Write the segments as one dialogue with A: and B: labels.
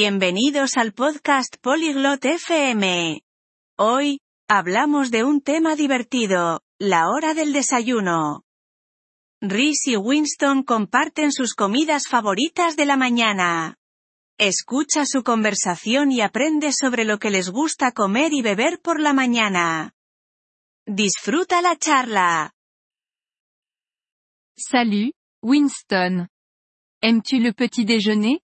A: Bienvenidos al podcast Polyglot FM. Hoy, hablamos de un tema divertido, la hora del desayuno. Rhys y Winston comparten sus comidas favoritas de la mañana. Escucha su conversación y aprende sobre lo que les gusta comer y beber por la mañana. Disfruta la charla.
B: Salut, Winston. Aimes-tu le petit déjeuner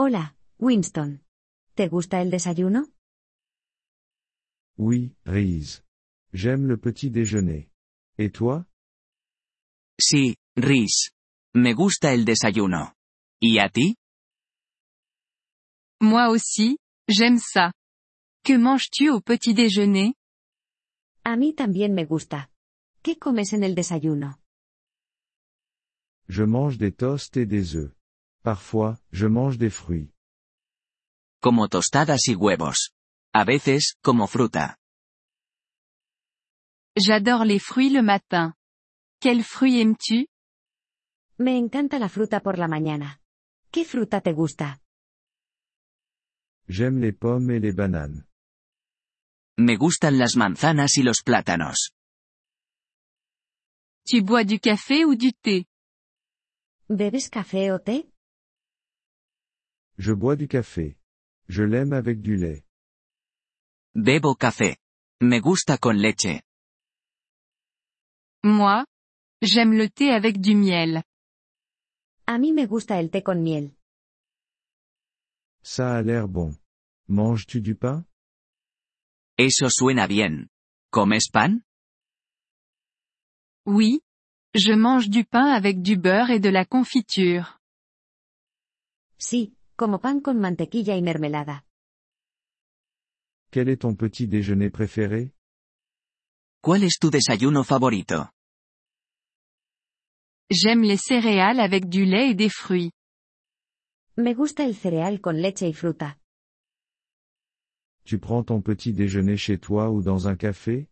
C: Hola, Winston. ¿Te gusta el desayuno?
D: Oui, Reese. J'aime le petit déjeuner. Et toi
E: Sí, Rhys. Me gusta el desayuno. ¿Y a ti?
B: Moi aussi, j'aime ça. Que manges-tu au petit déjeuner
C: A mí también me gusta. ¿Qué comes en el desayuno?
D: Je mange des toasts et des œufs. Parfois, je mange des fruits.
E: Como tostadas y huevos. A veces, como fruta.
B: J'adore les fruits le matin. Quels fruits aimes-tu
C: Me encanta la fruta por la mañana. ¿Qué fruta te gusta?
D: J'aime les pommes et les bananes.
E: Me gustan las manzanas y los plátanos.
B: Tu bois du café ou du thé
C: ¿Bebes café o té?
D: Je bois du café. Je l'aime avec du lait.
E: Bebo café. Me gusta con leche.
B: Moi J'aime le thé avec du miel.
C: A mí me gusta el té con miel.
D: Ça a l'air bon. Manges-tu du pain
E: Eso suena bien. ¿Comes pan?
B: Oui Je mange du pain avec du beurre et de la confiture.
C: Sí, como pan con mantequilla y mermelada.
D: Quel est ton petit déjeuner préféré
E: ¿Cuál es tu desayuno favorito?
B: J'aime les céréales avec du lait et des fruits.
C: Me gusta el cereal con leche y fruta.
D: Tu prends ton petit déjeuner chez toi ou dans un café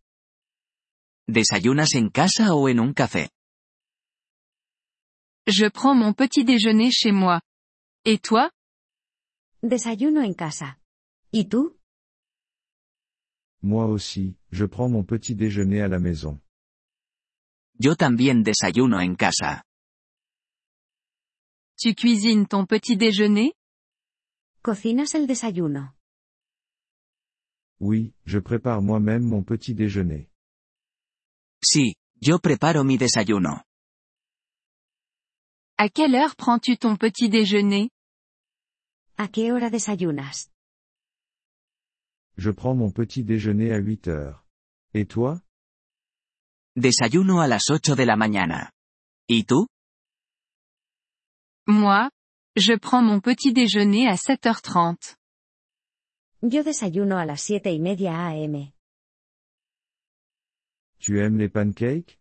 E: ¿Desayunas en casa o en un café?
B: Je prends mon petit déjeuner chez moi. Et toi
C: Desayuno en casa. ¿Y tú?
D: Moi aussi, je prends mon petit déjeuner à la maison.
E: Yo también desayuno en casa.
B: Tu cuisines ton petit déjeuner
C: ¿Cocinas el desayuno?
D: Oui, je prépare moi-même mon petit déjeuner.
E: Sí, yo preparo mi desayuno.
B: À quelle heure prends-tu ton petit déjeuner
C: ¿A qué hora desayunas?
D: Je prends mon petit déjeuner à 8 heures. Et toi
E: Desayuno a las 8 de la mañana. ¿Y tú?
B: Moi Je prends mon petit déjeuner à 7h30.
C: Yo desayuno a las siete y media a.m.
D: Tu aimes les pancakes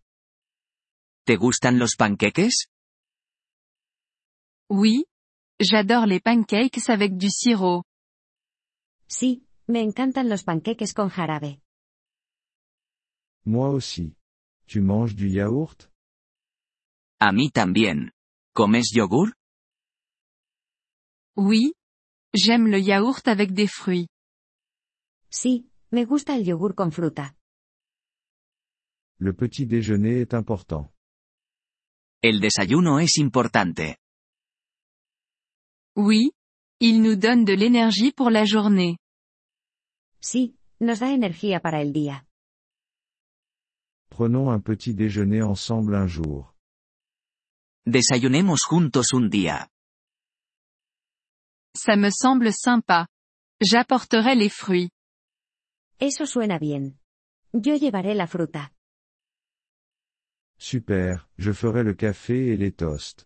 E: ¿Te gustan los panqueques?
B: Oui J'adore les pancakes avec du sirop.
C: Sí, me encantan los panqueques con jarabe.
D: Moi aussi. Tu manges du yaourt
E: A mí también. ¿Comes yogur?
B: Oui J'aime le yaourt avec des fruits.
C: Sí, me gusta el yogur con fruta.
D: Le petit déjeuner est important.
E: El desayuno es importante.
B: Oui Il nous donne de l'énergie pour la journée.
C: Sí, nos da energía para el día.
D: Prenons un petit déjeuner ensemble un jour.
E: Desayunemos juntos un día.
B: Ça me semble sympa. J'apporterai les fruits.
C: Eso suena bien. Yo llevaré la fruta.
D: Super, je ferai le café et les toasts.